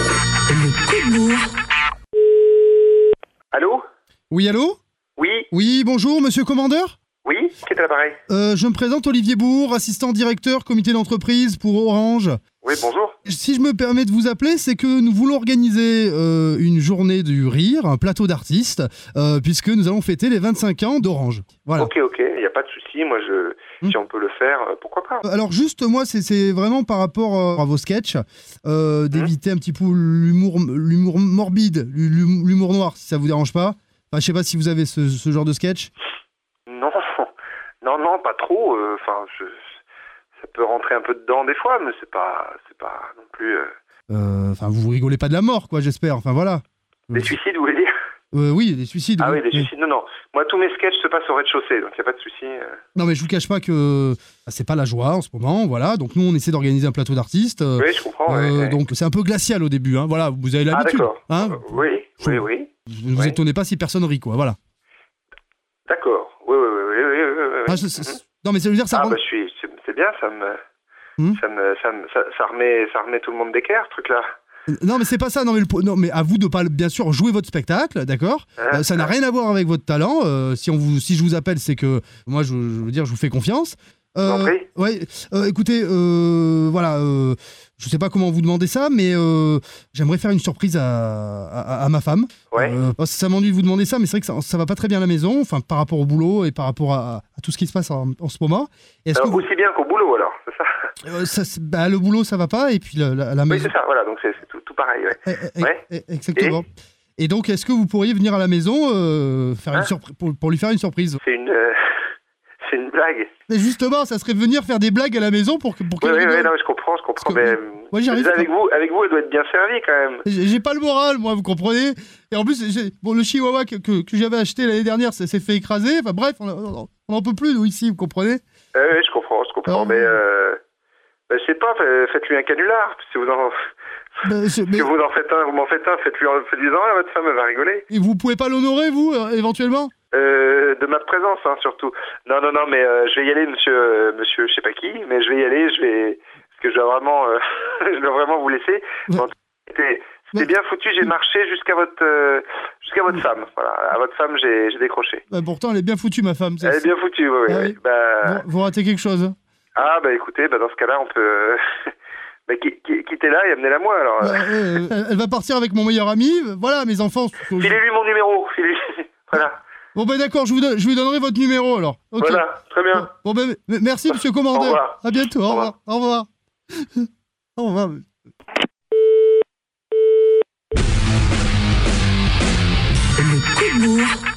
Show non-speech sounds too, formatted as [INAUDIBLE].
Le coup de bourre. Allô Oui, allô Oui Oui, bonjour, monsieur commandeur Oui Qui est à l'appareil Euh, Je me présente Olivier Bourg, assistant directeur comité d'entreprise pour Orange. Oui, bonjour. Si je me permets de vous appeler, c'est que nous voulons organiser euh, une journée du rire, un plateau d'artistes, euh, puisque nous allons fêter les 25 ans d'Orange. Voilà. Ok, ok, il n'y a pas de souci. Moi, je, Hmm. si on peut le faire, euh, pourquoi pas Alors juste moi c'est- c'est vraiment par rapport euh, à vos sketchs euh, d'éviter un petit peu l'humour l'humour morbide l'hu- l'humour noir si ça vous dérange pas. Enfin, je sais pas si vous avez ce, ce genre de sketch. Non, [LAUGHS] non, non, pas trop. euh, Enfin, je, ça peut rentrer un peu dedans des fois, mais c'est pas, c'est pas non plus. euh, Euh, Enfin vous rigolez pas de la mort quoi j'espère. Enfin voilà. Des suicides, vous voulez dire Euh, oui des suicides. Ah oui. oui, des Oui. suicides. Non, non. Moi, tous mes sketchs se passent au rez-de-chaussée, donc il n'y a pas de souci. euh. Non mais je vous cache pas que bah, c'est pas la joie en ce moment voilà donc nous on essaie d'organiser un plateau d'artistes. euh, Oui, je comprends. ouais, euh, ouais. Donc c'est un peu glacial au début, hein, voilà, vous avez ah l'habitude. d'accord. hein, Euh, oui, je- oui, oui. vous vous ouais. étonnez pas si personne rit, quoi, voilà. D'accord. Oui, oui, oui, oui, oui, oui, oui, oui. Ah, c'est- c'est- Mhm. non, mais ça veut dire ça Ah, rend- bah, je suis. C'est c'est bien, ça me. Hmm. Ça, me, ça, me- ça, ça remet, ça remet tout le monde d'équerre, ce truc-là. Non, mais c'est pas ça. Non mais, le po- non, mais à vous de pas, bien sûr, jouer votre spectacle, d'accord Hein Euh, Ça n'a rien à voir avec votre talent. euh, si, on vous, si je vous appelle, c'est que moi, je, je veux dire, je vous fais confiance. en prie. ouais, euh, écoutez, euh, voilà, euh, je sais pas comment vous demander ça, mais euh, j'aimerais faire une surprise à, à- à ma femme. Ouais. Euh, parce que ça m'ennuie de vous demander ça, mais c'est vrai que ça, ça va pas très bien à la maison, enfin par rapport au boulot et par rapport à, à tout ce qui se passe en, en ce moment. Et Est-ce que Alors, Aussi bien qu'au boulot, alors, c'est ça vous- euh, ça- c'est- bah, le boulot ça va pas et puis la, la- la Oui, maison. c'est ça, voilà, donc c'est c'est tout, tout pareil. ouais. Eh, eh, Ouais. eh, Exactement. Et, donc, est-ce que vous pourriez venir à la maison euh, faire une Hein surpri- pour, pour lui faire une surprise C'est une, euh, [LAUGHS] c'est une blague. Mais justement, ça serait de venir faire des blagues à la maison pour que pour Oui, qu'elle oui, oui, rigole. non, mais je comprends, je comprends, Parce que- mais moi, j'y euh, arrive déjà, pas. avec, vous, avec vous, elle doit être bien servie quand même. J'ai j'ai pas le moral, moi, vous comprenez Et en plus, j'ai- bon, le chihuahua que, que- que j'avais acheté l'année dernière ça s'est fait écraser. Enfin bref, on on- on n'en peut plus, nous, ici, vous comprenez Euh, oui, je comprends, je comprends, Ah. mais euh, bah, je sais pas, fa- faites-lui un canular. Si vous en, [LAUGHS] Ben, je- mais- si vous en faites un, vous m'en faites un, faites-lui en, faites en un, votre femme, elle va rigoler. et vous pouvez pas l'honorer, vous, euh, éventuellement Euh, de ma présence, hein, surtout. Non, non, non, mais euh, je vais y aller, monsieur, euh, monsieur, je sais pas qui, mais je vais y aller, je vais, parce que je dois vraiment, euh, [LAUGHS] je dois vraiment vous laisser. Ouais. Bon, C'était c'était Ouais. bien foutu, j'ai marché jusqu'à votre, euh, jusqu'à votre femme. Voilà, à votre femme, j'ai j'ai décroché. Ben, Pourtant, elle est bien foutue, ma femme. ça, Elle est bien foutue, oui, oui, Ah oui. oui. Bah, Vous, vous ratez quelque chose. hein. ah, bah écoutez, bah, dans ce cas-là, on peut, [LAUGHS] euh, bah, qui- qui- quittez-la et amenez-la moi, alors. Ben, euh, elle, elle va partir avec mon meilleur ami. Voilà, mes enfants. Filez-lui mon numéro, filez-lui. [LAUGHS] Voilà, Bon, ben d'accord, je, vous don- je lui donnerai votre numéro, alors. Ok. voilà, très bien. Bon, ben, m- merci, monsieur commandeur. Au revoir. À bientôt. Au revoir. Au revoir. [LAUGHS] Au revoir. Le coup de bourre.